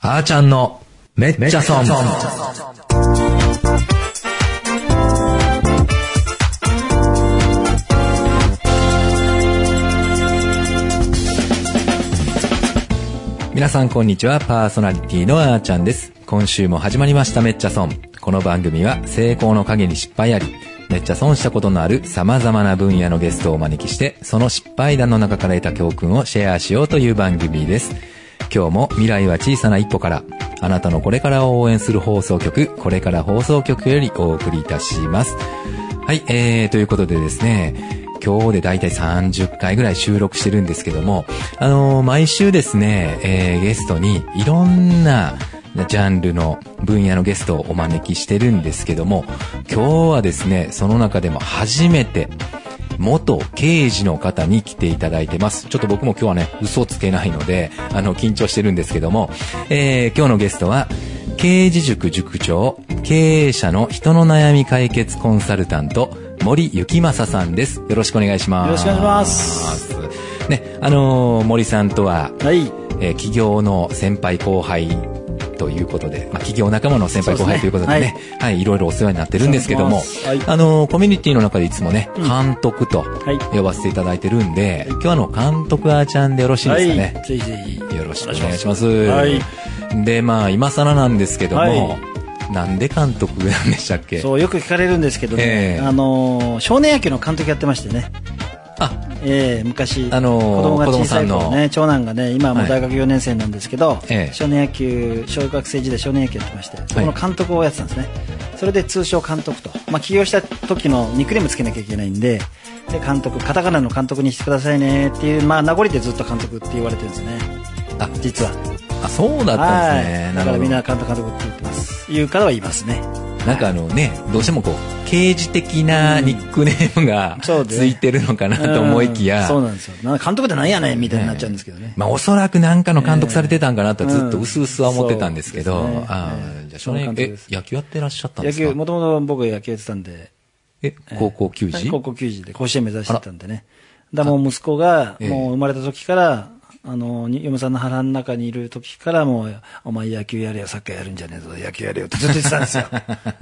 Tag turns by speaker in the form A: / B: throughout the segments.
A: あーちゃんのめっちゃ損。皆さんこんにちは、パーソナリティのあーちゃんです。今週も始まりましためっちゃ損。この番組は成功の陰に失敗あり、めっちゃ損したことのある様々な分野のゲストをお招きして、その失敗談の中から得た教訓をシェアしようという番組です。今日も未来は小さな一歩から、あなたのこれからを応援する放送局、これから放送局よりお送りいたします。はい、えー、ということでですね、今日でだいたい30回ぐらい収録してるんですけども、あのー毎週ですね、えーゲストにいろんなジャンルの分野のゲストをお招きしてるんですけども、今日はですね、その中でも初めて、元刑事の方に来ていただいてます。ちょっと僕も今日はね、嘘つけないので、あの、緊張してるんですけども、えー、今日のゲストは、刑事塾塾長、経営者の人の悩み解決コンサルタント、森幸正さんです。よろしくお願いします。
B: よろしくお願いします。
A: ね、あのー森さんとは、
B: はい。
A: えー企業の先輩後輩ということで、まあ、企業仲間の先輩後輩ということでね、
B: そうで
A: はい、い、ろいろお世話になってるんですけども
B: お世話しますは
A: あのーコミュニティの中でいつもね、
B: うん
A: 監督と
B: い
A: 呼ばせていただいてるんで、今日の監督あーちゃんでよろしいですかね。
B: ぜひぜひ。
A: よろしくお願いします。
B: はい
A: で、まあ、今更なんですけども、
B: は
A: なんで監督なんでしたっけ
B: そう、よく聞かれるんですけど
A: え
B: ね、
A: え
B: あのー、少年野球の監督やってましてね、
A: あ、
B: ええ昔、
A: あのー
B: 子供が小さい
A: 子供
B: 頃
A: さん
B: ね、長男がね、今はもう大学4年生なんですけど、
A: ええ
B: 少年野球、小学生時代少年野球やってまして、そこの監督をやってたんですね。それで通称監督と。まあ、起業した時のニックネームつけなきゃいけないんで、で、監督、カタカナの監督にしてくださいねっていう、まあ、名残でずっと監督って言われてるんですね。
A: あ、
B: 実は。
A: あそうだったんですね。
B: はい。
A: なる
B: だか
A: ほ
B: ら
A: ど
B: みんな監督監督って言ってます。言う方は言いますね。
A: なんかあのね、どうしてもこう、刑事的なニックネームが
B: そうね
A: ついてるのかなと 思いきや、
B: うんそうなんですよ。なんか監督ってなんやねんみたいになっちゃうんですけどね。
A: まあおそらくなんかの監督されてたんかなとずっと薄々は思ってたんですけど、
B: うんそうですね
A: あ
B: え
A: ー
B: え
A: じゃあ少年
B: その監督
A: え
B: で、す
A: 野球やってらっしゃったんで
B: 野
A: すか
B: 球、もともと僕野球やってたんで、
A: え、高校球児、
B: 高校球児で甲子園目指してたんでね。だからもう息子が、
A: ええ
B: もう生まれた時から、あの、に嫁さんの腹の中にいる時からもう、お前野球やれよ、サッカーやるんじゃねえぞ、野球やれよってずっと言ってたんで すよ。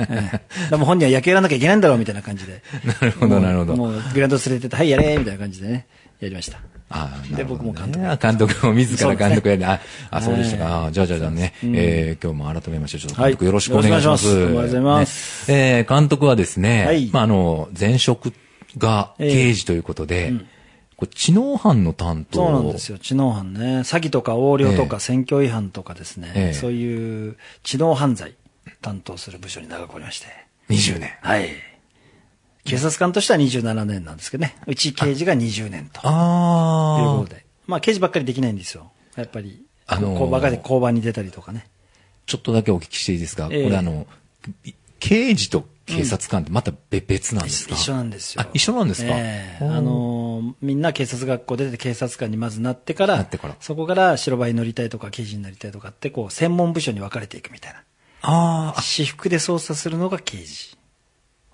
B: ええ、でもう本人は野球やらなきゃいけないんだろうみたいな感じで。
A: なるほど、なるほど。
B: もうもうグラウンド連れてって、はい、やれみたいな感じでね、やりました。
A: あー
B: で僕も監督
A: なるほどね監督も自ら監督やる、あ、あ、
B: そ
A: そう
B: う
A: で
B: ですね
A: したか。あーじゃあじゃあじゃあね、えー今日も改めまして、ちょっと監督
B: はい
A: よろしくお願いします。
B: よろしくお願いします
A: ねえー監督はですね、
B: はい
A: まあ、あの、前職が刑事ということで、これ知能犯の担当
B: そう
A: を
B: なんですよ。知能犯ね。詐欺とか横領と
A: ええ
B: か選挙違反とかですね。
A: ええ
B: そういう知能犯罪担当する部署に長くおりまして。
A: 20年。
B: はい。警察官としては27年なんですけどね。うち刑事が20年と。いうこ
A: あ
B: と
A: あ、
B: で。まあ刑事ばっかりできないんですよ。やっぱり。
A: あのー
B: こうバカで交番に出たりとかね。
A: ちょっとだけお聞きしていいですか、
B: ええ
A: これあの、刑事と警察官ってまた別別なんですか、
B: 一緒なんですよ
A: あ。一緒なんですか
B: ええ
A: ほう
B: あのーみんな警察学校出て警察官にまずなって
A: なってから
B: そこから白バイ乗りたいとか刑事になりたいとかって、こう、専門部署に分かれていくみたいな。
A: あー
B: 私服で捜査するのが刑事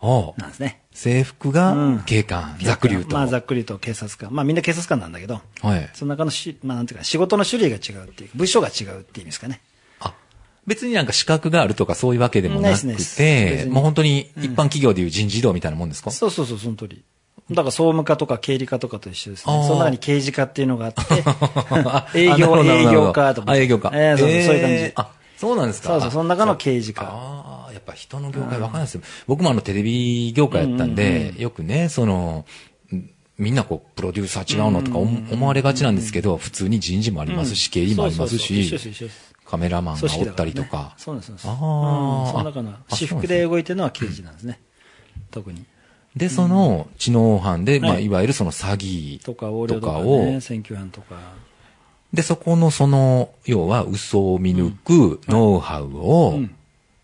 A: あ、おう
B: なんですね。
A: 制服
B: う
A: が
B: ん
A: 警官、ざっくり言うと。
B: まあざっくりと警察官。まあみんな警察官なんだけど、
A: はい。
B: その中のし、まあなんていうか、仕事の種類が違うっていう、部署が違うっていうんですかね。
A: あ、別になんか資格があるとかそういうわけでもなく
B: ないですないです
A: て
B: 別、に
A: もう本当に一般企業でいう人事異動みたいなもんですか、
B: そうそうそう、その通り。だから総務課とか経理課とかと一緒です
A: あー
B: ね。その中に刑事課っていうのがあ
A: あ
B: って、営
A: なるほ
B: 業、
A: どなる
B: 営
A: ほど
B: 業課とか。
A: あ、営業か。
B: ええそうそうそういう感
A: ええ
B: じ。
A: あ、そうなんですか
B: そうそう、その中の刑事課。
A: ああ、やっぱ人の業界わかんないですよ。僕もあのテレビ業界やったんで、よくね、その、んみんなこう、プロデューサー違うのとか思思われがちなんですけど、普通に人事もありますし、経理もあります
B: そうそうそう一緒です
A: し
B: 一緒です、
A: カメラマンが
B: 組
A: お
B: 織
A: っ
B: だ
A: た
B: から
A: り
B: ね
A: とか。
B: そうなんです。そうなんです
A: あ
B: うん
A: ー
B: その中の
A: あ
B: 私服で動いてるのは刑事なんですね。特に。
A: で、その、知能犯で、まあ、
B: はい
A: いわゆるその詐欺
B: とか、横領とか、
A: を、
B: ね、選挙犯とか。
A: で、そこのその、要は嘘を見抜くノウハウを
B: ん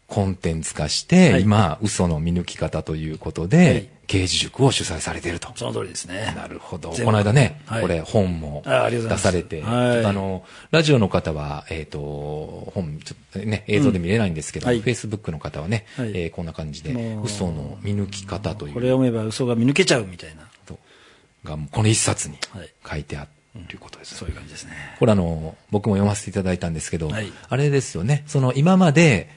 A: コンテンツ化して、
B: はい
A: 今、嘘の見抜き方ということで、
B: い
A: 刑事塾を主催されていると。
B: その通りですね。
A: なるほど。
B: 全部
A: この間ね、
B: はい
A: これ本も
B: あありがとうござい
A: 出
B: ます
A: されて、
B: はい
A: ちょっとあの、ラジオの方は、えっ、と、本、ちょっとね、映像で見れないんですけど、
B: はい
A: Facebook の方はね、
B: はい
A: えーこんな感じで
B: も、う
A: 嘘の見抜き方という
B: これを読めば嘘が見抜けちゃうみたいな。
A: がもうこの一冊に
B: はい
A: 書いてあっ
C: ということですね。
B: そういう感じですね。
A: これあの、僕も読ませていただいたんですけど、
B: はい
A: あれですよね、その今まで、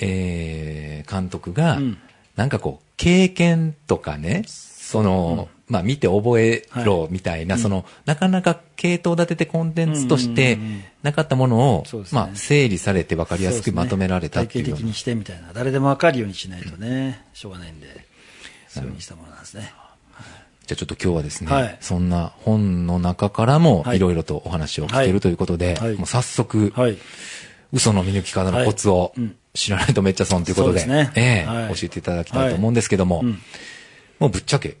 A: えー、監督が、
B: うん
A: なんかこう、経験とかね、その、まあ見て覚えろみたいな、その、なかなか系統立ててコンテンツとして
B: うんうんうんうん
A: なかったものを、
B: そうですね
A: まあ整理されて分かりやすくまとめられたっていう
B: 体
A: よう
B: 系的
A: な
B: にしてみたいな。誰でもわかるようにしないとね、しょうがないんで、そういうふうにしたものなんですね。
A: じゃあちょっと今日はですね、
B: はい
A: そんな本の中からも
B: はい
A: いろいろとお話を聞け
B: は
A: る
B: い
A: ということで、
B: はい
A: もう早速、
B: はい。
A: 嘘の見抜き方のコツを
B: はいうん
A: 知らないとめっちゃ損ということで、
B: そうですね
A: ええ
B: はい
A: 教えていただきたいと思うんですけども、
B: うん
A: もうぶっちゃけ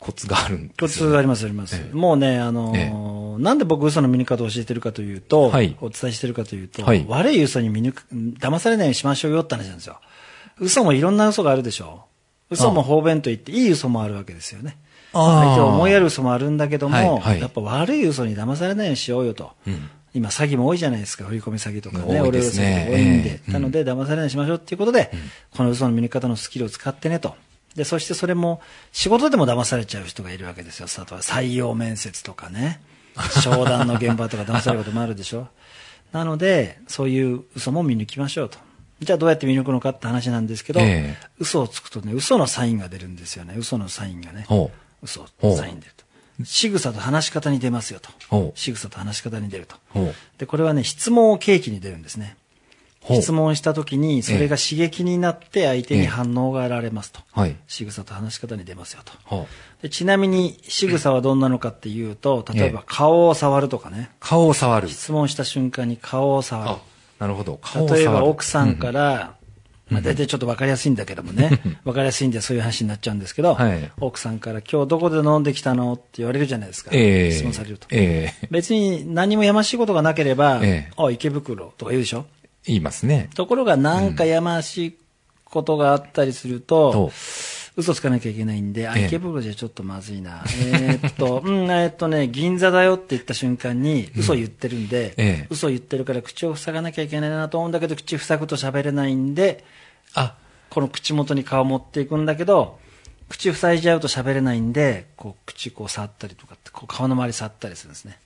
A: コツがあるん
B: コ
A: ですよ
B: ツありますあります。もうね、あのーなんで僕嘘の見抜き方を教えてるかというと、
A: はい
B: お伝えしてるかというと、
A: はい
B: 悪い嘘に見抜く、騙されないようにしましょうよって話なんですよ。嘘もいろんな嘘があるでしょう。嘘も方便といって、いい嘘もあるわけですよね。
A: あー
B: 相手を思いやる嘘もあるんだけども、
A: はいはい
B: やっぱ悪い嘘に騙されないようにしようよと。
A: うん
B: 今、詐欺も多いじゃないですか。振り込み詐欺とかね、
A: 多い
B: 俺
A: で
B: ら
A: す
B: 詐
A: ね
B: 欺多いんで。
A: ええ
B: なので、騙されないようにしましょうっていうことで、この嘘の見抜き方のスキルを使ってねと。で、そしてそれも、仕事でも騙されちゃう人がいるわけですよ。例えば採用面接と かね、商談の現場とか騙されることもあるでしょ。なので、そういう嘘も見抜きましょうと。じゃあどうやって見抜くのかって話なんですけど、
A: ええ
B: 嘘をつくとね、嘘のサインが出るんですよね。嘘のサインがね。
A: ほ
B: 嘘
A: ほう
B: サイン出ると。仕草と話し方に出ますよと。
A: ほう
B: 仕草と話し方に出ると
A: ほう。
B: で、これはね、質問を契機に出るんですね。
A: ほう
B: 質問したときに、それが刺激になって相手
A: ええ
B: に反応が得られますと。
A: はい
B: 仕草と話し方に出ますよと。
A: ほう
B: でちなみに、仕草はどんなのかっていうと、例え
A: え
B: ば
A: え
B: 顔を触るとかね。
A: 顔を触る。
B: 質問した瞬間に顔を触る
A: あ。、なるほど。顔を触る。
B: 例えば奥さんから、まあ、大体ちょっと分かりやすいんだけどもね、分かりやすいんでそういう話になっちゃうんですけど、
A: はい
B: 奥さんから、今日どこで飲んできたのって言われるじゃないですか、
A: ええ
B: 質問されると。
A: ええ
B: 別に何もやましいことがなければ、
A: ええ
B: あ池袋とか言うでしょ。
A: 言いますね。
B: ところが、なんかやましいことがあったりすると、
A: と
B: 嘘つかなきゃいけないんで、あ
A: ええ
B: 池袋じゃちょっとまずいな、えーっと、 うん、えーっとね、銀座だよって言った瞬間に、嘘言ってるんで、
A: ええ
B: 嘘言ってるから口を塞がなきゃいけないなと思うんだけど、口塞ぐと喋れないんで、
A: あ、
B: この口元に顔持っていくんだけど、口塞いじゃうと喋れないんで、こう、口こう触ったりとかって、こう顔の周り触ったりするんですね。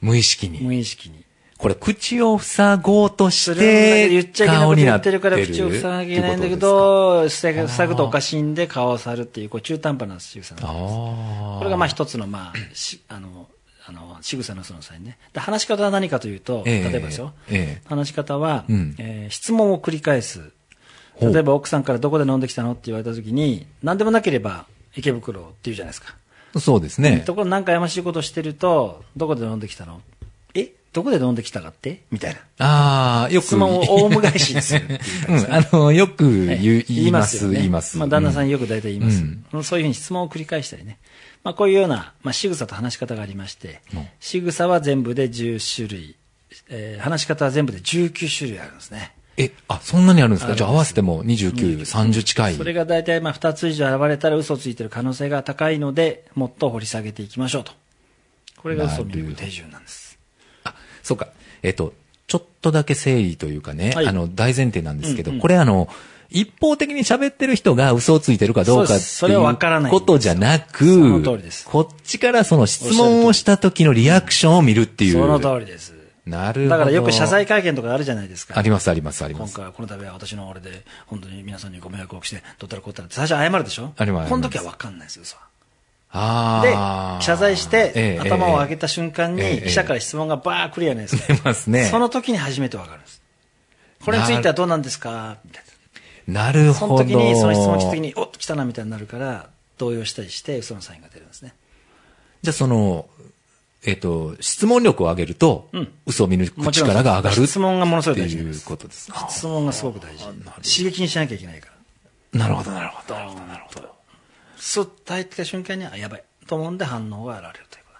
A: 無意識に。
B: 無意識に。
A: これ、口を塞ごうと
B: す
A: し
B: るんだけ
A: て
B: ど、言っちゃいけない
A: 顔
B: こと
A: に
B: 言
A: なっ
B: って
A: て
B: る
A: る。
B: から口を塞がなきゃいけないんだけど、塞ぐ塞ぐとおかしいんで顔を触るっていう、こう中途半端な仕草なんです。
A: ああ。
B: これがまあ一つの、まあ、しあの、あの、仕草のその際ね。で、話し方は何かというと、
A: ええ
B: 例えばですよ。
A: ええ
B: 話し方は、
A: うん
B: えー質問を繰り返す。
A: ほう
B: 例えば奥さんからどこで飲んできたのって言われた時に、何でもなければ池袋って言うじゃないですか。
A: そうですね。
B: ところなんかやましいことしてると、どこで飲んできたのえどこで飲んできたかってみたいな。
A: ああ、よく。
B: 質問を オウム返しにするっていう感じ
A: う
B: ですね
A: ん、あの、よく
B: ね
A: 言う言います、
B: よね
A: 言います。
B: まあ、旦那さ
A: うん
B: よく大体言います、
A: うん
B: うんそういうふうに質問を繰り返したりね。まあ、こういうような、まあ、仕草と話し方がありまして、
A: うん
B: 仕草は全部で10種類、えー話し方は全部で19種類あるんですね。
A: え、あ、そんなにあるんです
B: あ
A: か
B: る
A: じゃあ合わせても29、30近い。
B: それが大体まあ2つ以上現れたら嘘ついてる可能性が高いので、もっと掘り下げていきましょうと。これが嘘を見抜く手順なんです。
A: あ、そうか。えっと、ちょっとだけ整理というかね、
B: はい
A: あの、大前提なんですけど、これあの、一方的に喋ってる人が嘘をついてるかどうか
B: そう
A: っ
B: で
A: て
B: すそれは分から
A: い
B: な
A: う
B: いんです
A: こと
B: よ
A: じゃなく、
B: その通りです
A: こっちからその質問をした時のリアクションを見るっていう。
B: その通りです。
A: なるほど。
B: だからよく謝罪会見とかあるじゃないですか。
A: あります、あります、ありま
B: 今
A: す。
B: 回はこの度は私の俺で、本当に皆さんにご迷惑をおかけして、どったらこったらって最初謝るでしょ
A: あります
B: この時は分かんないですよ、嘘は。
A: ああ。
B: で、謝罪して、頭を上げ
A: て。
B: た瞬間に、
A: ええ
B: 記者から質問がバー来るじゃないですか。
A: 出ますね
B: その時に初めて分かるんです。これについてはどうなんですかみたい
A: なる
B: な。その
A: ほど。
B: 時に、その質問来た時に、おっと来たな、みたいになるから、動揺したりして、嘘のサインが出るんですね。
A: じゃあその、えっ、と、質問力を上げると、
B: ん
A: 嘘を見抜
B: も
A: く
B: ちろん
A: 力が上がる。
B: 質問がものすごい
A: っ
B: 大
A: て
B: 事なん
A: い
B: で
A: う
B: す
A: ことです。
B: 質問がすごく大事。刺激にしなきゃいけないから。
A: なるほど、なるほど、なるほど、なるほど。
B: スッと入ってきた瞬間に、あ、やばい。と思うんで反応が現れるというこ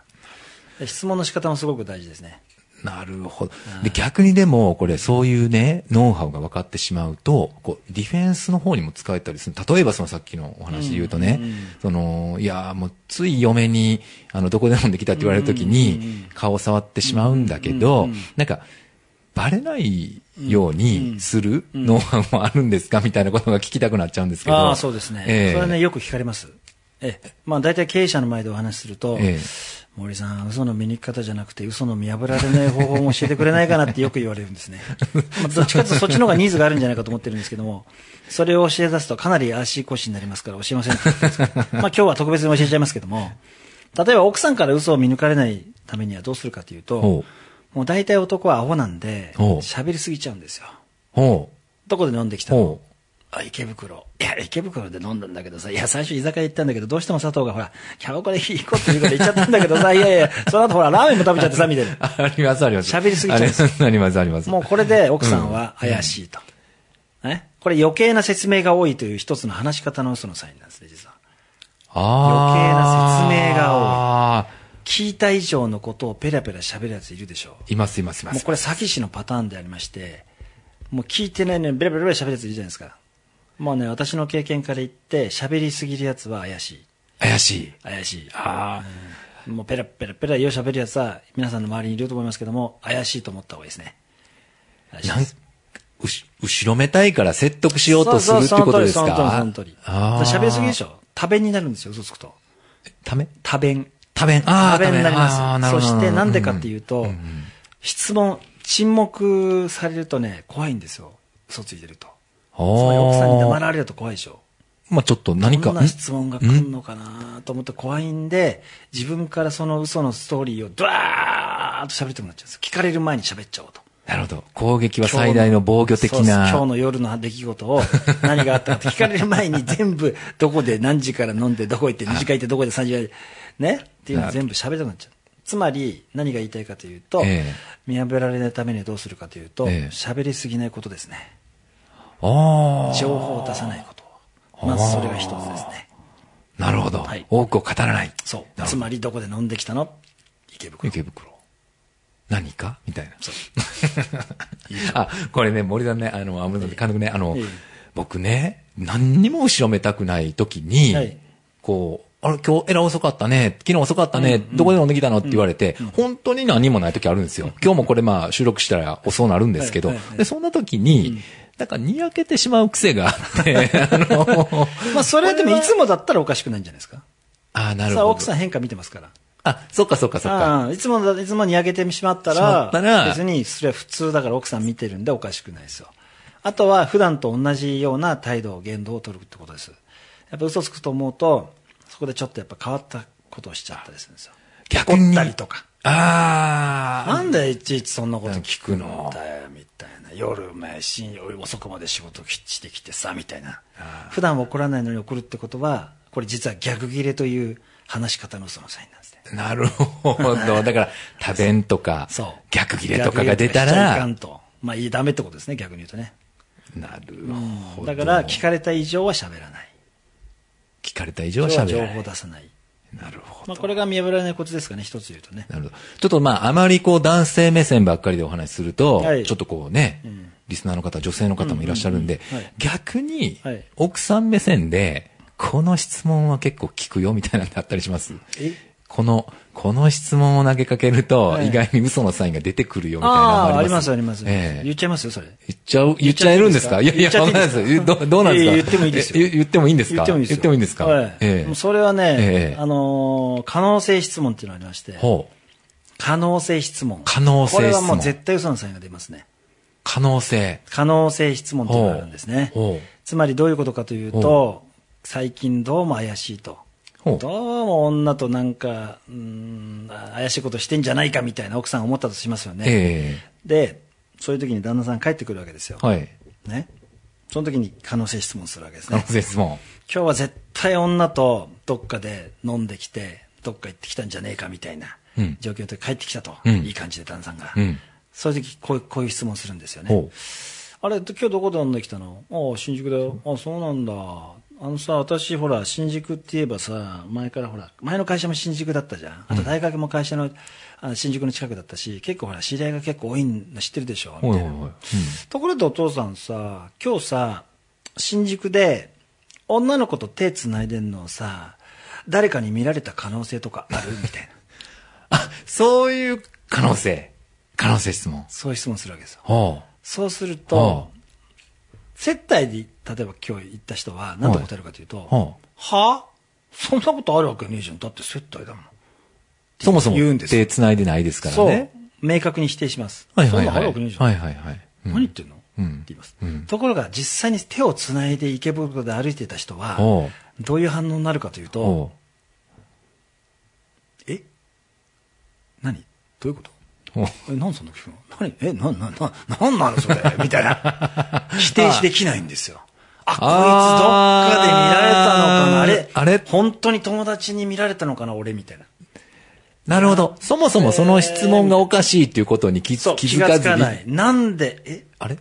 B: とで質問の仕方もすごく大事ですね。
A: なるほど。で、逆にでも、これ、そういうね、ノウハウが分かってしまうと、こう、ディフェンスの方にも使えたりする。例えば、そのさっきのお話で言うとね、その、いやー、もう、つい嫁に、あの、どこで飲んできたって言われるときに、顔を触ってしまうんだけど、なんか、バレないようにするノウハウもあるんですかみたいなことが聞きたくなっちゃうんですけど。
B: ああ、そうですね。
A: ええ
B: それはね、よく聞かれます。ええまあ、大体経営者の前でお話しすると、
A: ええ
B: 森さん、嘘の見抜き方じゃなくて、嘘の見破られない方法も教えてくれないかなってよく言われる んですね。まあどっちかというとそっちの方がニーズがあるんじゃないかと思ってるんですけども、それを教え出すとかなり足腰になりますから教えませんって言ってますけどまあ今日は特別に教えちゃいますけども、例えば奥さんから嘘を見抜かれないためにはどうするかというと
A: ほ、
B: もう大体男はアホなんで、
A: ほう
B: 喋りすぎちゃうんですよ。
A: ほ
B: どこで飲んでき
A: う。
B: たの
A: ほう。
B: あ、池袋。いや、池袋で飲んだんだけどさ、いや、最初居酒屋行ったんだけど、どうしても佐藤がほら、キャバクラいいこと言うから行っちゃったんだけ どさ、いやいや、その後ほら、ラーメンも食べちゃってさ、みたいな。
A: あります、あります。
B: 喋りすぎちゃうんです
A: あります、あります。
B: もうこれで奥さんは怪しいと。ね、これ余計な説明が多いという一つの話し方の嘘のサインなんですね、実は。
A: あー
B: 余計な説明が多い
A: あ
B: 聞いた以上のことをペラペラ喋るやついるでしょ
A: ーいます、います、いま
B: もう
A: す。
B: これ詐欺師のパターンでありまして、もう聞いてないのにベラベラベラ喋るやついるじゃないですか。もうね、私の経験から言って、喋りすぎるやつは怪しい。
A: 怪しい。
B: 怪しい。
A: ああ。
B: もうペラペラペラよう喋るやつは、皆さんの周りにいると思いますけども、怪しいと思った方がいいですね。怪しい
A: な
B: で
A: ん
B: す
A: うし後ろめたいから説得しようとするってことですか
B: そうそうその通り、その
A: あ
B: 通り。
A: ー
B: 喋りすぎでしょ多弁になるんですよ、嘘つくと。
A: ため
B: 多弁。
A: 多弁。ああ、
B: 多弁になり
A: あー
B: ま
A: な
B: す。
A: るほ
B: そ
A: ど
B: してなんでかっていうと、
A: んん
B: 質問、沈黙されるとね、怖いんですよ。嘘ついてると。
A: おー
B: そういう奥さんに黙られると怖いでしょ。
A: まあちょっと何か。
B: どんな質
A: ん
B: 問が来るのかなと思って怖いんで、自分からその嘘のストーリーをドワーッと喋りたくなっちゃうんですよ。聞かれる前に喋っちゃおうと。
A: なるほど。攻撃は最大の防御的
B: そうです今日
A: な。
B: の夜の出来事を何があったかって聞かれる前に全部どこで何時から飲んでどこ行って2時間行ってどこで3時間行ってねっていうのを全部喋りたくなっちゃう。つまり何が言いたいかというと、
A: ええ
B: 見破られないためにはどうするかというと、
A: ええ
B: 喋、りすぎないことですね。
A: ああ。
B: 情報を出さないこと。まずそれが一つですね。
A: なるほど
B: はい。
A: 多くを語らない。
B: そう。
A: なる
B: つ
A: ほど
B: まりどこで飲んできたの池袋。
A: 池袋。何かみた いな。あ、これね、森さんね、あの、あ森さん監督ね、あの
B: ええ、
A: 僕ね、何にも後ろめたくない時に
B: はい、
A: こう、あれ、今日、えら遅かったね。昨日遅かったね。どこで飲んできたのって言われて、本当に何もない時あるんですよ。今日もこれまあ収録したら遅うなるんですけど
B: はいはいは、い
A: で、そんな時に、なんかにやけてしまう癖があ って、あの、
B: まあそれでもいつもだったらおかしくないんじゃないですか。
A: あー、なる
B: さあ
A: ほ
B: 奥さ
A: ど。
B: ん変化見てますから。
A: あ、そっかそっかそっか。
B: ああいつもだ、いつもに上げてしまった
A: しま
B: ら、
A: ったら
B: 別にそれは普通だから奥さん見てるんでおかしくないですよ。あとは普段と同じような態度、言動を取るってことです。やっぱ嘘つくと思うと、そこでちょっとやっぱ変わったことをしちゃったりするんですよ。
A: 逆に
B: 怒ったりとか。
A: ああ。
B: なんでいちいちそんなこと聞く
A: なん
B: の
A: か
B: だよ、みたいな。夜、お前、深夜遅くまで仕事きっちり来てさ、みたいな。普段怒らないのに怒るってことは、これ実は逆切れという話し方の嘘のサインなんですね。
A: なるほど。だから、多弁とか
B: そう、。
A: 逆切れとかが出た
B: 逆切れとかしちゃいからん、と。まあ、いい、ダメってことですね、逆に言うとね。
A: なるほど。
B: だから、聞かれた以上は喋らない。
A: 聞かれた以上は喋
B: 情
A: らな
B: 報
A: い。
B: 出さない。
A: なるほど。
B: まあ、これが見破られないことですかね、一つ言うとね。
A: なるほど。ちょっとまあ、あまりこう、男性目線ばっかりでお話しすると、
B: はい
A: ちょっとこうね、リスナーの方、女性の方もいらっしゃるんで、
B: うんうんうんはい
A: 逆に
B: はい、
A: 奥さん目線で、この質問は結構聞くよみたいなんであったりします
B: え
A: この、この質問を投げかけると、
B: はい
A: 意外に嘘のサインが出てくるよみたいなの
B: ああー、
A: も
B: あ
A: あ
B: り
A: りま。
B: ますす、あります。
A: ええ
B: 言っちゃいますよ、それ。
A: 言っちゃう、言っちゃえるんですかい
B: 言
A: や
B: っ
A: いや、
B: ちゃ
A: わ
B: っ
A: か
B: て
A: ん
B: い
A: ない
B: い
A: で
B: で
A: す
B: か
A: す。どどうなんですか
B: いやいや言ってもいいですよ
A: え言ってもいいんですか
B: 言ってもいいですよ。
A: 言ってもいいんですか
B: はい
A: え
B: もう
A: え。
B: それはね、
A: ええ
B: あのー可能性質問っていうのがありまして、
A: ほう。
B: 可能性質問。
A: 可能性質問
B: これはもう絶対嘘のサインが出ますね。
A: 可能性。
B: 可能性質問というのがあるんですね
A: ほうほう。
B: つまりどういうことかというと
A: ほ、
B: 最近どうも怪しいと。
A: ほ
B: どうも女となんか、うーん、怪しいことしてんじゃないかみたいな奥さんが思ったとしますよね。
A: え
B: で、そういう時に旦那さん帰ってくるわけですよ。
A: え。はい。
B: ね。その時に可能性質問するわけです
A: 可
B: ね
A: 能。性質問。
B: 今日は絶対女とどっかで飲んできて、どっか行ってきたんじゃねえかみたいな
A: うん
B: 状況の時帰ってきたと、
A: うん
B: いい感じで旦那さんが。
A: うん
B: そういう時こういう、こういう質問するんですよね
A: ほ。
B: あれ、今日どこで飲んできたのああ、新宿だよ。ああ、そうなんだ。あのさ、私ほら、新宿って言えばさ、前からほら、前の会社も新宿だったじゃん。あと大学も会社の、あ新宿の近くだったし、結構ほら、知り合いが結構多いの知ってるでしょ
A: う。
B: み
A: ほ
B: た
A: い
B: い
A: ほ。
B: ない
A: ほい。うん
B: ところでお父さんさ、今日さ、新宿で女の子と手繋いでんのをさ、誰かに見られた可能性とかある みたいな。
A: あ、そういう可能性。可能性質問。
B: そういう質問するわけですよ。
A: ほ
B: そうすると
A: ほ、
B: 接待で、例えば今日行った人は何と答えるかというと、
A: ほ
B: はそんなことあるわけねえじゃん。だって接待だもん。
A: そもそも
B: 言うんです
A: 手繋いでないですから
B: そう
A: ね。。
B: 明確に否定します。
A: はいはい
B: そんなの
A: は
B: あ
A: い。
B: るわけねえじゃん。
A: はいはいはい。うん
B: 何言ってんの、
A: うん
B: って言います、
A: うん
B: ところが実際に手をつないで池袋で歩いてた人は、
A: おう
B: どういう反応になるかというと、
A: おう
B: え何どういうこと
A: おう
B: え、なんでそんな聞くの何え、な、な、な、なんなのそれみた いな。否定しできないんですよ。あ、こいつどっかで見られたのかなあれ
A: あれ
B: 本当に友達に見られたのかな俺みたいな。
A: なるほど。そもそもその質問がおかしいっていうことに気
B: そう、
A: づ気
B: 気
A: づ
B: が
A: か
B: つ
A: ず
B: か
A: に。
B: ない。なんで、え、
A: あれ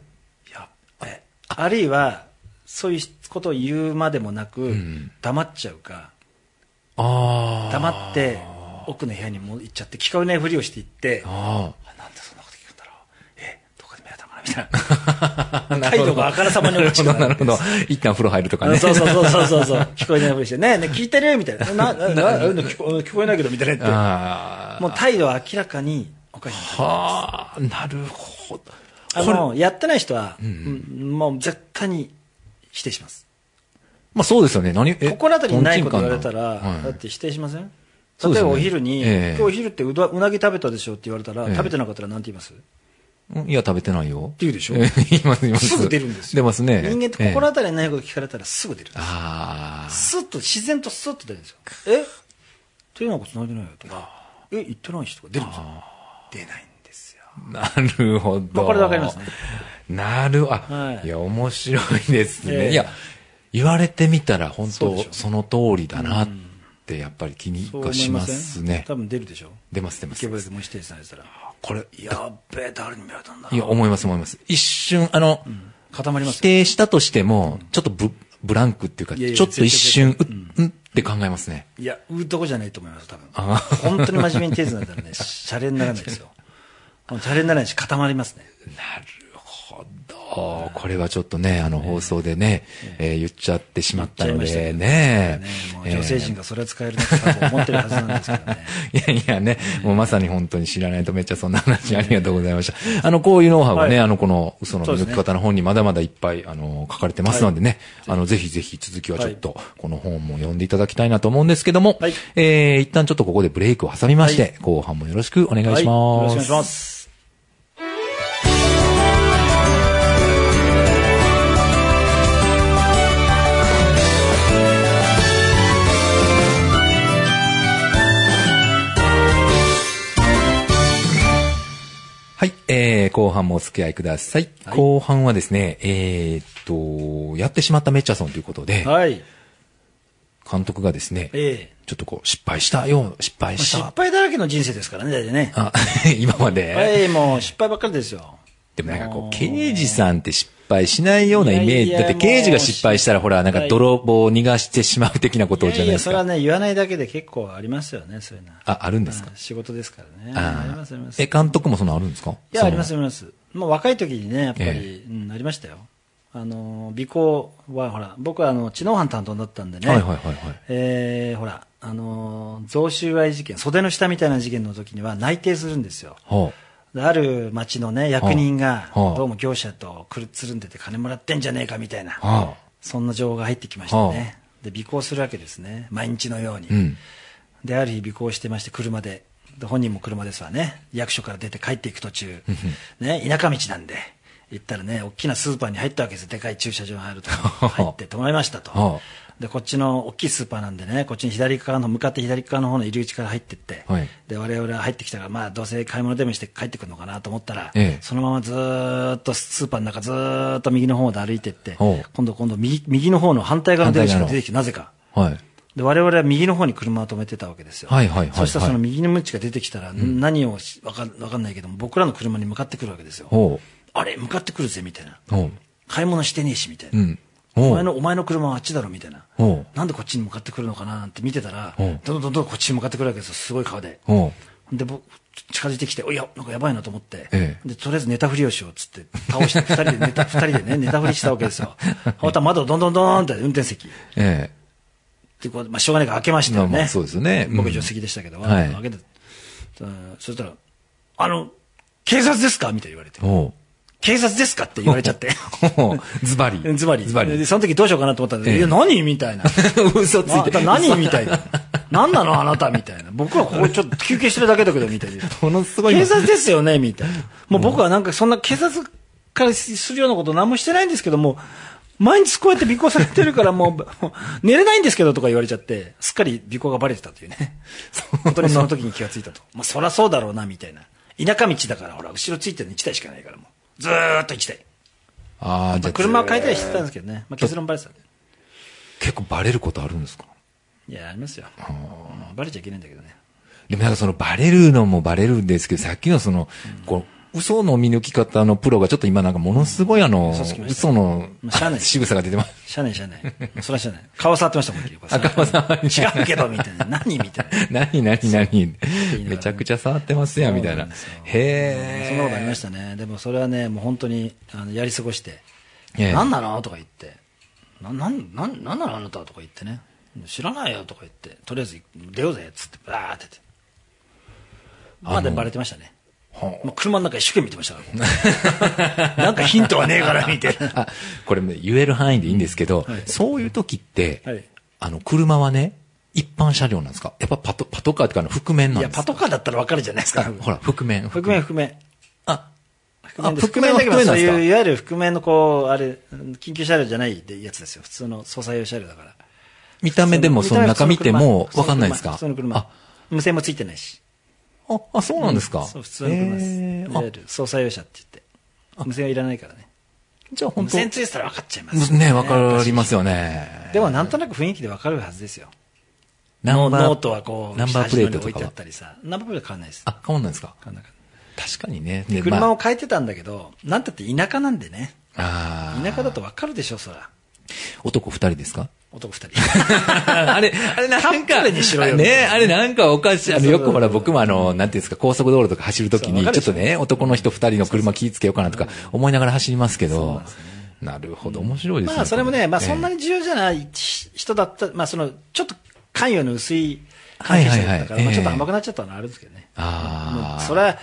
B: やっべ。あるいは、そういうことを言うまでもなく、黙っちゃうか、
A: ああ。
B: 黙って、奥の部屋にもう行っちゃって、聞かないふりをして行って、あ
A: あ
B: なんでそんなこと聞くんだろう。え、どこで目がたまらみたいな。 態度があからさまに落ち
A: あ。
B: てく
A: なるほど。一旦風呂入るとかね。
B: そうそうそうそうそうそう。 聞こえないふりして、ねえねえ聞いてる みたいな。な、な、な聞こ聞こえないけどみたいなって。
A: あ
B: もう態度は明らかにおかしい。
A: あ。はあ、なるほど。
B: あ
A: これ、
B: の、やってない人は、うんもう絶対に否定します。
A: まあそうですよね。何、え
B: 心当たりにないこと言われた
A: ト
B: ら、
A: ンチンカンだ
B: だ
A: は
B: っ
A: い
B: て否定しません
A: そう
B: 例
A: です
B: えば
A: ね
B: お昼に、
A: ええ
B: 今日お昼ってうどうなぎ食べたでしょって言われたら、
A: ええ
B: 食べてなかったらなんて言います
A: うんいや、食べてないよ。
B: 言うでし ょ
A: 言います、言います。
B: すぐ出るんですよ。
A: 出ますね。
B: 人間って
A: ええ
B: 心当たりにないこと聞かれたらすぐ出るんです。
A: ああ。
B: スッと、自然とスッと出るんですよ。え手なんか繋いでないよとか、え言ってないしとか出るんですよ。出ないんですよ。
A: なるほど。
B: まあこれでわかりますね
A: なる、あ、
B: はい
A: い、や、面白いですね。
B: ええ
A: いや、言われてみたら本
B: そうでしょ
A: 当
B: う
A: その通りだなって、やっぱり気に
B: そう
A: が
B: 思
A: し
B: い
A: ま
B: ませ
A: す
B: ん、
A: ね。
B: 多分出るでしょ。
A: 出ます、出ま
B: 池
A: す。
B: 袋でもし否定されたら、
A: これ、いや、
B: やっべえ、誰に見られたんだ
A: いや、思います、思います。一瞬、あの、
B: 固まりま
A: 否
B: すよ。
A: 定したとしても、ちょっとブブランクっていうか、
B: いやいや
A: ちょっと一瞬、
B: 絶
A: う
B: 対
A: ん、うんって考えますね。
B: いや、売うとこじゃないと思います、多分。
A: あ
B: 本当に真面目に手繋いだらね、 シャレにならないですよ。シャレにならないし、固まりますね。
A: なるほど。これはちょっとね、あの、放送でね、えー言っちゃってしまったの
B: 言っちゃいま
A: で、
B: したけど
A: ね
B: ねもう女性陣がそれは使えるなって多分思ってるはずなんですけどね。
A: いやいやね、もうまさに本当に知らないとめっちゃそんな話ありがとうございました。あの、こういうノウハウをね、
B: はい
A: あの、この嘘の見抜き方の本にまだまだいっぱい、あの、書かれてますのでね、あの、ぜひぜひ続きはちょっと、この本も読んでいただきたいなと思うんですけども、
B: はい
A: えー、一旦ちょっとここでブレイクを挟みまして、
B: は
A: 後半もよろしくお願いします。
B: はいよ ろしくお願いします。
A: はい、えー、後半もお付き合いください。
B: はい
A: 後半はですね、えー、っと、やってしまったメッチャソンということで、
B: はい。
A: 監督がですね、
B: ええ。
A: ちょっとこう、失敗したよ、失敗し
B: 失
A: た。
B: 敗だらけの人生ですからね、大体ね。
A: あ 今まで、
B: はい、もう失敗ばっかりですよ。
A: でもなんかこ
B: あー
A: う、刑事さんって失敗しないようなイメー
B: い
A: ジ。
B: やいや
A: だって刑事が失敗したらほら、なんか泥棒を逃がしてしまう的なことじゃないですか
B: ややそ。れはね、言わないだけで結構ありますよね、そういうのは。
A: あ、あるんですか
B: うん仕事ですからね。あり
A: あ
B: ます、ありま
A: ー
B: す。
A: え、監督もそんなのあるんですか。
B: いや、ありますす、あります。もう若い時にね、やっぱり、
A: え
B: うん、ありましたよ。あの、尾行は、ほら、僕は、あの、知能犯担当だったんでね。
A: はいはいはいはい
B: えーほら、あの、贈収賄事件、袖の下みたいな事件の時には内定するんですよ。
A: そのは
B: である町のね、役人が、
A: はあはあ
B: どうも業者とくるつるんでて金もらってんじゃねえかみたいな、
A: あ、は
B: そんな情報が入ってきました
A: は
B: ね。で、尾行するわけですね。毎日のように。
A: あ、うん。
B: で、ある日尾行してまして、車で。で、本人も車ですわね。役所から出て帰っていく途中、ね、田舎道なんで、行ったらね、大きなスーパーに入ったわけですよ。でかい駐車場に入ると。入って止まりました
A: は
B: と。で、こっちの大きいスーパーなんでね、こっちに左側の、向かって左側の方の入り口から入ってって、
A: はい
B: で、我々は入ってきたから、まあ、どうせ買い物でもして帰ってくるのかなと思ったら、
A: ええ
B: そのままずーっとスーパーの中ずーっと右の方まで歩いてって、
A: ほ
B: 今
A: う
B: 度今度右、右の方の反対側の出口か
A: 反対
B: ら
A: 側の
B: 出てきて、なぜか。
A: はい。
B: で、我々は右の方に車を止めてたわけですよ。
A: はいはいはいはい
B: そしたらその右のムチが出てきたら、何をしわかわかんないけども、僕らの車に向かってくるわけですよ。
A: ほ
B: あれ向かってくるぜ、みたいな。
A: う。ほう。
B: 買い物してねえし、みたいうな。
A: ん。
B: お
A: ほ
B: 前
A: う。
B: の、お前の車はあっちだろ、みたいな。
A: ほう。
B: なんでこっちに向かってくるのかなって見てたら、
A: う
B: どん
A: ん
B: どんどんどんこっちに向かってくるわけですよ、すごい顔で。
A: ほ
B: で、僕、近づいてきて、おいや、なんかやばいなと思って、
A: ええ
B: で、とりあえず寝たふりをしようっつって、倒して、二人で寝た、 二人でね、寝たふりしたわけですよ。また窓をどんどんどんって運転席。
A: う。え
B: で、こう、まあ、しょうがないから開けましたよ
A: まあま
B: ね。
A: あそうですよねうん
B: 僕助手席でしたけど、
A: はい
B: 開けて、うんそしたら、あの、警察ですかみたいに言われて
A: え。。ほ
B: 警察ですかって言われち ゃって。。
A: ほうズバリ
B: ズバリ。
A: ズバ
B: で、
A: リ。
B: その時どうしようかなと思ったんだけ
A: え
B: ど、
A: え
B: いや、何みたいな。
A: 嘘つい
B: あな
A: て
B: た。何みた いな。何なのあなたみたいな。僕はここちょっと休憩してるだけだけど、みたいな。
A: ものすごい。
B: 警察ですよね、みたいな。もう僕はなんかそんな警察からするようなこと何もしてないんですけども、毎日こうやって尾行されてるからもう、もう寝れないんですけどとか言われちゃって、すっかり尾行がバレてたというね。本当にその時に気がついたと。まあそらそうだろうな、みたいな。田舎道だから、ほら、後ろついてるの1台しかないからもう。ずーっと1台。
A: ああ、じゃあ、
B: 車を変えたりしてたんですけどね。まあ結論バレてたんで。
A: 結構バレることあるんですか
B: いや、ありますよ。うんバレちゃいけないんだけどね。
A: でもなんかそのバレるのもバレるんですけど、さっきのその、こう、嘘の見抜き方のプロがちょっと今なんかものすごいあの
B: 嘘つき、ました
A: 嘘の
B: まあしゃあない
A: 仕草が出てます。
B: 社内社 内。そら社内。顔触ってましたもん、結構
A: あ顔触り
B: 違うけど、み たいな。何みたいな。
A: 何何何めちゃくちゃ触ってますやん、みたいな。へえ。
B: そんなことありましたね。でもそれはね、もう本当に、あの、やり過ごして、
A: ええ
B: 何なのとか言って、な、なん、なん、なんなのあなたとか言ってね。知らないよとか言って、とりあえず出ようぜ、つって、バーってって。まだバレてましたね。
A: ほう
B: もう車の中一生懸命見てましたから。 なんかヒントはねえから、みたいな。
A: あ、これね言える範囲でいいんですけど、
B: はい
A: そういう時って、
B: はい
A: あの、車はね、一般車両なんですかやっぱパト、パトカーっていうかあの、覆面ないん
B: や、
A: ですか
B: パトカーだったらわかるじゃないですか。
A: ほら、覆面。
B: 覆面、覆面。
A: あ、
B: 覆面です
A: 覆面は
B: だけど、
A: 覆面な
B: そ
A: ん
B: う
A: ですか
B: いう、いわゆる覆面のこう、あれ、緊急車両じゃないでやつですよ。普通の捜査用車両だから。
A: 見た目でもその中見てもわかんないですか
B: 普通の車。
A: あ
B: 無線もついてないし。
A: あ、あ、そうなんですか。
B: そう、普通の車です。
A: へー
B: いわゆる操作用車って言って。無線はいらないからね。
A: あ、じゃあ本
B: 無
A: 当
B: 線ついてたら分かっちゃいます。
A: ね、わかりますよね。
B: でもなんとなく雰囲気で分かるはずですよ。
A: ナンバー
B: ノートはこう、
A: ナンバープレートと
B: 下地のに置い
A: か
B: てあ
A: は
B: っ。たりさ。ナンバープレート変わんないです。
A: あ、変わんないですか
B: 変わんなかった
A: 確かにね。で
B: 車を
A: ま
B: 変えてたんだけど、なんたって田舎なんでね。
A: あ、あー
B: 田舎だと分かるでしょ、そら。
A: 男二人 ですか
B: 男二人。
A: あれ、あれなん
B: カッ
A: か、
B: プルにしろよ
A: ね、あれなんかおかしい。あの、よくほら僕もあの、なんていうんですか、高速道路とか走るときに
B: そう、わか
A: ちょ
B: る
A: っとね、男の人二人の車気ぃつけようかなとか思いながら走りますけど、なるほど、面白いですね。
B: まあ、それもね、まあ、そんな
A: に。
B: に重要じゃないし人だった、まあ、その、ちょっと関与の薄い関係者だったか
A: はいはいは
B: ら、
A: い
B: まあ、ちょっと
A: ええ
B: 甘くなっちゃったのはあるんですけどね。
A: あ
B: もう
A: あ。
B: それは、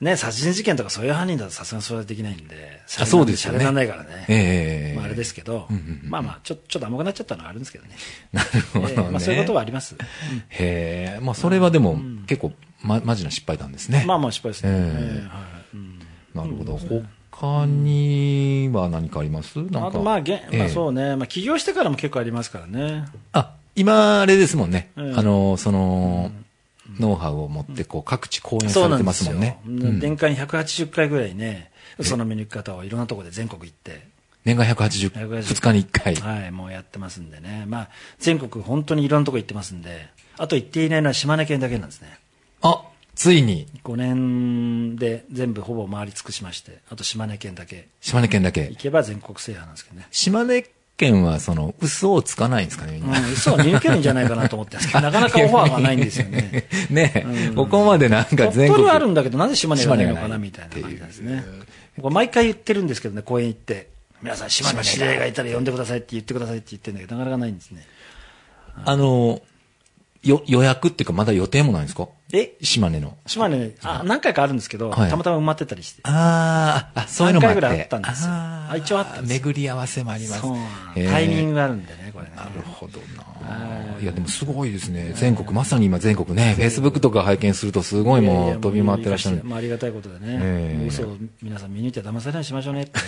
B: ね、殺人事件とかそういう犯人だとさすがにそれはできないんで、
A: あそうですよね
B: 喋らないからね。
A: ええ
B: まあ、あれですけど、まあまあ、ちょちょっと甘くなっちゃったのはあるんです けどね。
A: なるほどね
B: ええまあ、そういうことはあります。
A: へえ、まあそれはでも結構ま、マジな失敗談ですね。
B: まあまあ、失敗ですね。
A: え
B: え
A: え
B: えはい
A: なるほど。他には何かありますなんか。
B: あと、まあ、げんまあ、
A: う。
B: そうね、まあ、起業してからも結構ありますからね。
A: あ、今、あれですもんね。
B: ええ
A: あの、その、ノウハウを持って、こう、各地講演さ
B: そう
A: れ
B: な
A: て
B: ん
A: ま
B: です
A: す
B: よ。
A: もんね。
B: うん年間180回ぐらいね、その見抜き方をいろんなところで全国行って、
A: 年間180、
B: 180
A: 2日に1回。
B: はい、もうやってますんでね。まあ、全国本当にいろんなとこ行ってますんで、あと行っていないのは島根県だけなんですね。
A: あ、ついに、
B: 5年で全部ほぼ回り尽くしまして、あと島根県だけ
A: 島根県だけ
B: 行。けば全国制覇なんですけどね。
A: 島根県は、その、嘘をつかないんですかね、みんな。
B: うん、嘘は見抜けるんじゃないかなと思ってるんですけど、なかなかオファーがないんですよね。。
A: ねえ、ここまでなんか
B: 鳥
A: 全
B: 取
A: 国。
B: はあるんだけど、なんで島根がないのかなみたいな
A: 島根が
B: 感
A: ない
B: じ
A: っていう
B: なんですね。僕は毎回言ってるんですけどね、公園行って。皆さん、島根に知り合いがいたら呼んでくださいって言ってくださいって言ってるんだけど、なかなかないんですね。
A: あの、よ、予約っていうか、まだ予定もないんですか
B: え
A: 島根の。
B: 島根ね、あ、何回かあるんですけど、
A: はい
B: たまたま埋まってたりして。
A: あーあ、そういうのもあって。
B: 三回ぐらいあったんですよ
A: あー
B: あ一応あったんですよ
A: 巡り合わせもあります。
B: そうなん
A: へ
B: だ
A: ー
B: タイミングがあるんでね、これね。
A: なるほどな。いや、でもすごいですね。全国、まさに今全国ね、Facebook とか拝見するとすごい
B: いやいや
A: もう飛び回ってらっしゃる。
B: まあ、ありがたいことでね。
A: ええ
B: 嘘を皆さん見抜いて騙されないようにしましょうね って。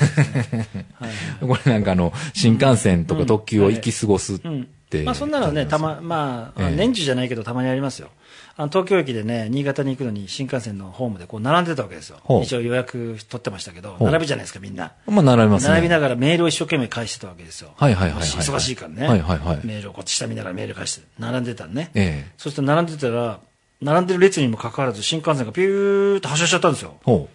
B: はい
A: これなんかあの、新幹線とか特急を行き過ごすっ
B: う
A: て。
B: ん。まあ、そんなのね、たま、まあ、年中じゃないけど、たまにありますよ。あの、東京駅でね、新潟に行くのに新幹線のホームでこう並んでたわけですよ
A: ほ。う
B: 一応予約取ってましたけど、
A: う
B: 並ぶじゃないですか、みんな。
A: まあ、並びますね。
B: 並びながらメールを一生懸命返してたわけですよ。
A: はいはいはいはいはい
B: 忙しいからね。
A: はいはいはい
B: メールをこっち下見ながらメール返して、並んでたのね。
A: ええ
B: そして並んでたら、並んでる列にもかかわらず新幹線がピューっと発車しちゃったんですよ。
A: ほ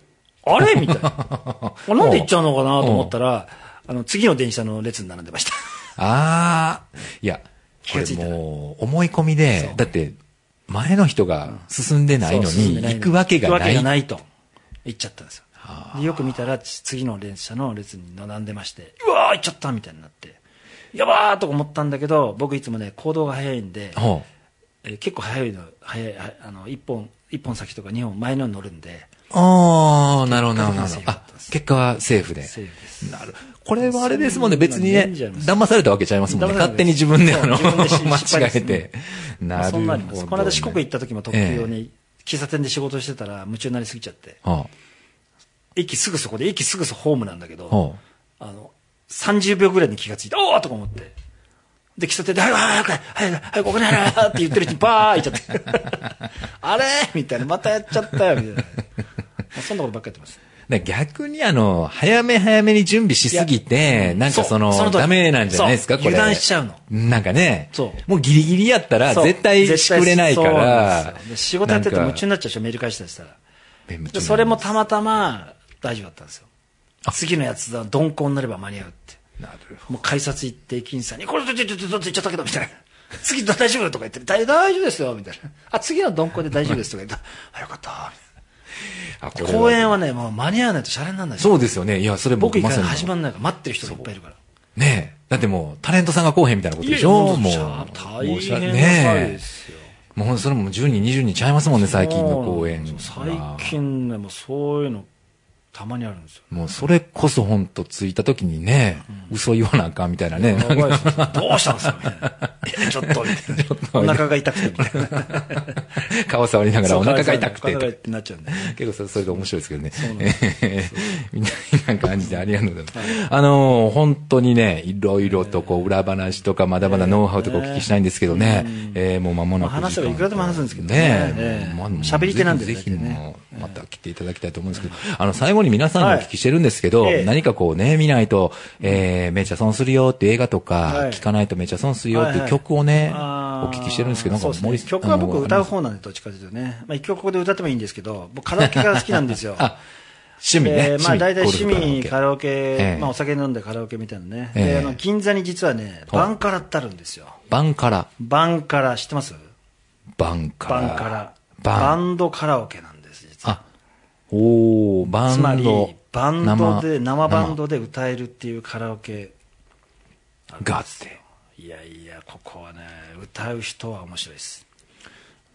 B: あれみた いな。あなんで行っちゃうのかなと思ったら、あの、次の電車の列に並んでました。
A: う。ああ、いや、こ
B: 気が
A: れ
B: ついたら
A: もう、思い込みで、だって、前の人が進んでないの
B: そう進んで
A: に、
B: ない
A: 行くわけが
B: 行くわ
A: な。
B: けがないいと。行っちゃったんですよ。でよく見たら、ち次の列車の列に並んでまして、うわー行っちゃったみたいになって、やばーとか思ったんだけど、僕いつもね、行動が早いんで、
A: ほう。
B: えー結構早いの、早い、ああの、一本、一本先とか二本前のに乗るんで、
A: ああ、なるほど、なるほどなる
B: セー
A: ほ
B: フ
A: ど。あ、結果はセーフで。
B: セーフです。
A: なるこれはあれですもんね、別にね、
B: そういうのは忍者
A: 騙されたわけちゃいますもんね。
B: 騙され
A: 勝
B: たわ
A: 手
B: け
A: に自分で、あの、
B: そう自分で
A: 間
B: 失敗
A: 違
B: です
A: えて。なる
B: そ
A: ほ
B: ん
A: ど
B: なあり
A: ね。
B: ます。この間四国行った時も特急用
A: ええ。
B: に、喫茶店で仕事してたら夢中になりすぎちゃって、
A: は
B: 駅すぐそこで、駅すぐそホームなんだけ
A: あ、は
B: ど、あの、30秒ぐらいに気がついて、おーとか思って。で、喫茶店で、早く早く早く早くお金払えって言ってるうちにバーいっちゃって。 あれみたいな、またやっちゃったよ、みたいな。そんなことばっかりやってます。
A: あ。逆にあの、早め早めに準備しすぎて、なんかその、
B: そうその通り
A: ダメなんじゃないですか、
B: そう
A: これ。
B: 油断しちゃうの。
A: なんかね。
B: そう
A: もうギリギリやったら、
B: そう
A: 絶対しくれないか
B: そうなん
A: ら
B: ですよ。で仕事やってて夢中に
A: な
B: なっちゃうでしょ、メール返したりしたら。
A: んか
B: でそれもたまたま大丈夫だったんですよ
A: あ。
B: 次のやつだ、鈍行になれば間に合うって。
A: なる
B: もう改札行って駅員さんに、これちょちょちょちょちょちょっちゃったけど、みたいな。次大丈夫とか言って、大大丈夫ですよ、みたいな。あ、次の鈍行で大丈夫ですとか言って、あ、よかった。
A: あこれは
B: 公演はね、もう間に合わないとシャレにならない
A: そうですよね。いや、それ
B: 僕
A: 僕
B: 行
A: ま
B: か
A: さ
B: ない
A: に。
B: 始まんないから、待ってる人がいっぱいいるから。
A: ねえ。だってもう、タレントさんがこうへんみたいなことでし
B: いやい
A: ょ
B: や
A: もう。
B: 大変
A: もうしゃ
B: な際
A: ね
B: で
A: え。
B: すよ
A: もうほんとそれも10人、20人ちゃいますもんね、最近の公演
B: そう
A: は
B: 最。近ね、もうそういうの、たまにあるんですよ。
A: もうそれこそほんと着いた時にね、嘘言わなあかんみたいなね。
B: やばいですよどうしたんですかみたいな。いやちょっと、みたいな。お腹が痛くて、みたいな。
A: 顔触りながらお腹が痛く
B: お腹が痛
A: て。
B: くなっちゃうんで。
A: 結構それそれで面白いですけどね。 みたいな感じでありがとうございます。あのー、本当にね、いろいろとこう、裏話とか、まだまだノウハウとかお聞きしたいんですけどね。えーもう間もなく時間と。
B: まあ話せばいくらでも話すんですけどね
A: ね
B: ええ
A: まあ
B: 喋り手なんで
A: ぜひぜひ
B: 大体ね
A: もうまた来ていただきたいと思うんですけど、あの、最後に皆さんにお聞きしてるんですけど、
B: はいええ
A: 何かこうね、見ないと、えー、めちゃ損するよっていう映画とか、
B: はい
A: 聞かないとめちゃ損するよっていう曲をね、お聞きしてるんですけど、なん
B: そ
A: か
B: うですね
A: 森
B: 曲は僕
A: あの。
B: 歌う方なんで、どっちかというとね。まあ一曲ここで歌ってもいいんですけど、僕カラオケが好きなんですよ
A: あ、趣味ね。
B: えーまあ大体趣
A: ゴル
B: 味、
A: フ
B: カラオケ、
A: ええ
B: まあお酒飲んでカラオケみたいなね。
A: ええ
B: で、あの、銀座に実はね、
A: ほう
B: バンカラってあるんですよ。
A: バンカラ。
B: バンカラ、知ってます
A: バンカラ。
B: バンカラ。
A: バ
B: バ
A: ン。
B: ンドカラオケなんです、実は。
A: あ、おー、バ
B: つま
A: ンド
B: り。、バンドで、生バンドで歌えるっていうカラオケ。
A: 生。ガッて。
B: いやいや、ここはね、歌う人は面白いです。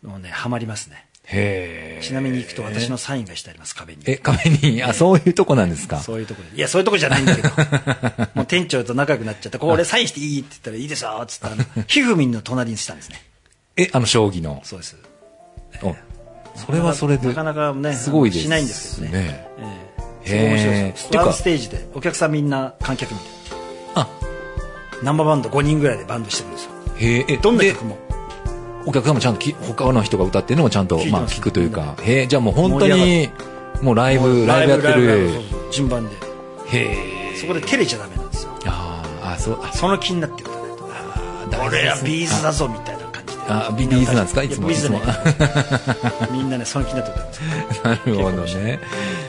B: もうね、ハマりますね。
A: へー
B: ちなみに行くと私のサインがしてあります、壁に。
A: え、壁に、あ、そういうとこなんですか。
B: そういうとこで。いや、そういうとこじゃないんだ けど。もう店長と仲良くなっちゃって、ここ俺サインしていいって言ったらいいですよっつって、あの、ひふみんの隣にしたんですね。
A: え、あの、将棋の。
B: そうです。
A: おそれはそれで。
B: なかなかね、
A: すごいです。
B: しないんですけどね。。ええ
A: へえ
B: すごい面白いです
A: て
B: よ。
A: か
B: ワンステージで、お客さんみんな観客みたい
A: あ、
B: な。ナンバーバンド5人ぐらいでバンドしてるんですよ。
A: へえ、え
B: どんな
A: で
B: 曲も。
A: お客さんもちゃんとき、他の人が歌ってるのもちゃんと
B: 聞い、て
A: まあ、
B: ます
A: 聞くというか。へえ、じゃあもう本当
B: 盛
A: に、もうライブ、ライブやって
B: ライブ
A: る
B: ライ。ブそうそう順番で。
A: へえ。
B: そこで照れちゃダメなんですよ。
A: あーあ、そう、あ、
B: その気になってるからね。俺らビーズだぞみたいな感じで。
A: あビビーズなんですかいつも
B: やビーズじゃない
A: い
B: みんなね、その気になって歌うんですよ
A: なるほどね。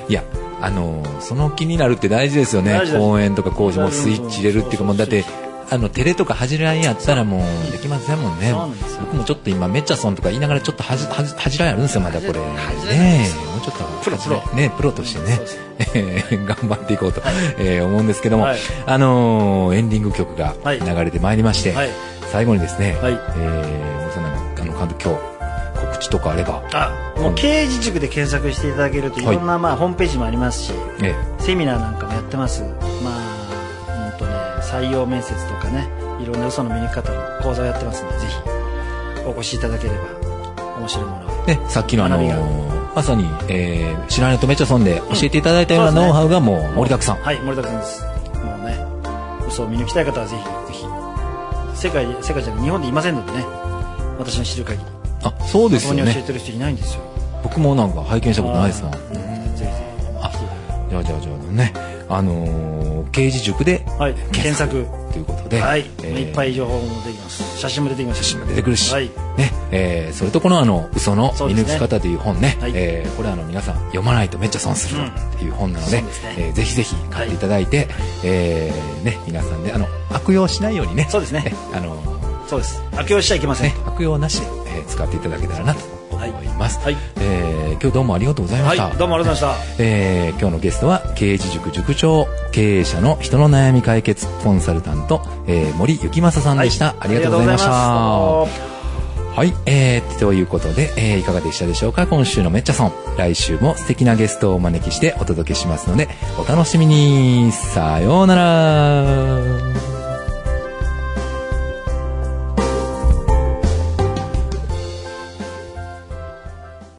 A: いや、あの、その気になるって大事ですよね
B: 大事。大事
A: 公園とか工事もスイッチ入れるっていうか、
B: そうそう
A: もうだって
B: そう、
A: あの、テレとか恥じらいやったらもうできませんもんね
B: そうなんですよ。
A: 僕もちょっと今、メッチャソンとか言いながらちょっと恥じ、恥じ恥じらいあるんですよ、まだこれ。ね
B: 恥じらいなんで
A: え
B: すよ、
A: もうちょっと。
B: プロプロ
A: ねプロとしてね
B: そうそう、
A: えー 頑張っていこうとえー思うんですけども
B: はい、
A: あのー、エンディング曲が
B: はい
A: 流れてまいりまして
B: はい、
A: 最後にですね、え
B: はい
A: ー森さんなんか、あの、監督今日、告知とかあれば、
B: あもう刑事塾で検索していただけるとい
A: はい
B: ろんな、まあ、ホームページもありますし
A: え
B: セミナーなんかもやってますまあうんとね採用面接とかねいろんな嘘の見抜き方の講座をやってますんでぜひお越しいただければ面白いものを
A: ね、さっきのあの
B: 学びが
A: ーまさに、えー、知らないとめちゃ損で教えていただいたような
B: うんそう
A: ノ
B: ですね
A: ウハウがもう盛りだくさん。
B: はい盛りだくさんですもうね嘘を見抜きたい方はぜひぜひ世界世界じゃない日本でいませんのでね私の知る限り
A: あ、そうで
B: こ
A: す
B: こ
A: よ
B: に教え
A: ね。
B: てる人いないんですよ
A: 僕もなんか拝見したことないですもん。
B: あ
A: じ
B: ーうんぜひぜひ
A: あゃあじゃあじゃあね、あのー、刑事塾で
B: はい検索
A: ということで、
B: はい、
A: えー
B: いっぱい情報も出てきます写真も出てきます
A: 写真も出てくるし、
B: はい
A: ね、えー、それとこのあの、嘘の
B: そう
A: 見
B: です
A: 抜
B: ね
A: き方という本ね、
B: はい
A: えー、これあの皆さん読まないとめっちゃ損するっていう本なので、
B: うんそうですね
A: えーぜひぜひ買っていただいて、えー、ね、皆さんで、あの、悪用しないようにね、
B: そうですね
A: えあのー、
B: そうです悪用しちゃいけません、
A: ね、悪用なしで、えー使っていただけたらなと思います、
B: はい
A: えー今日どうもありがとうございま
B: は
A: した、
B: いどうもありがとうございました
A: えー今日のゲストは刑事塾塾長経営者の人の悩み解決コンサルタント、えー森幸正さんでした、
B: はい
A: ありがとうございました
B: ありがとうございますどうも
A: はい、えー、ということで、えーいかがでしたでしょうか今週のめっちゃ損。来週も素敵なゲストをお招きしてお届けしますので、お楽しみにさようなら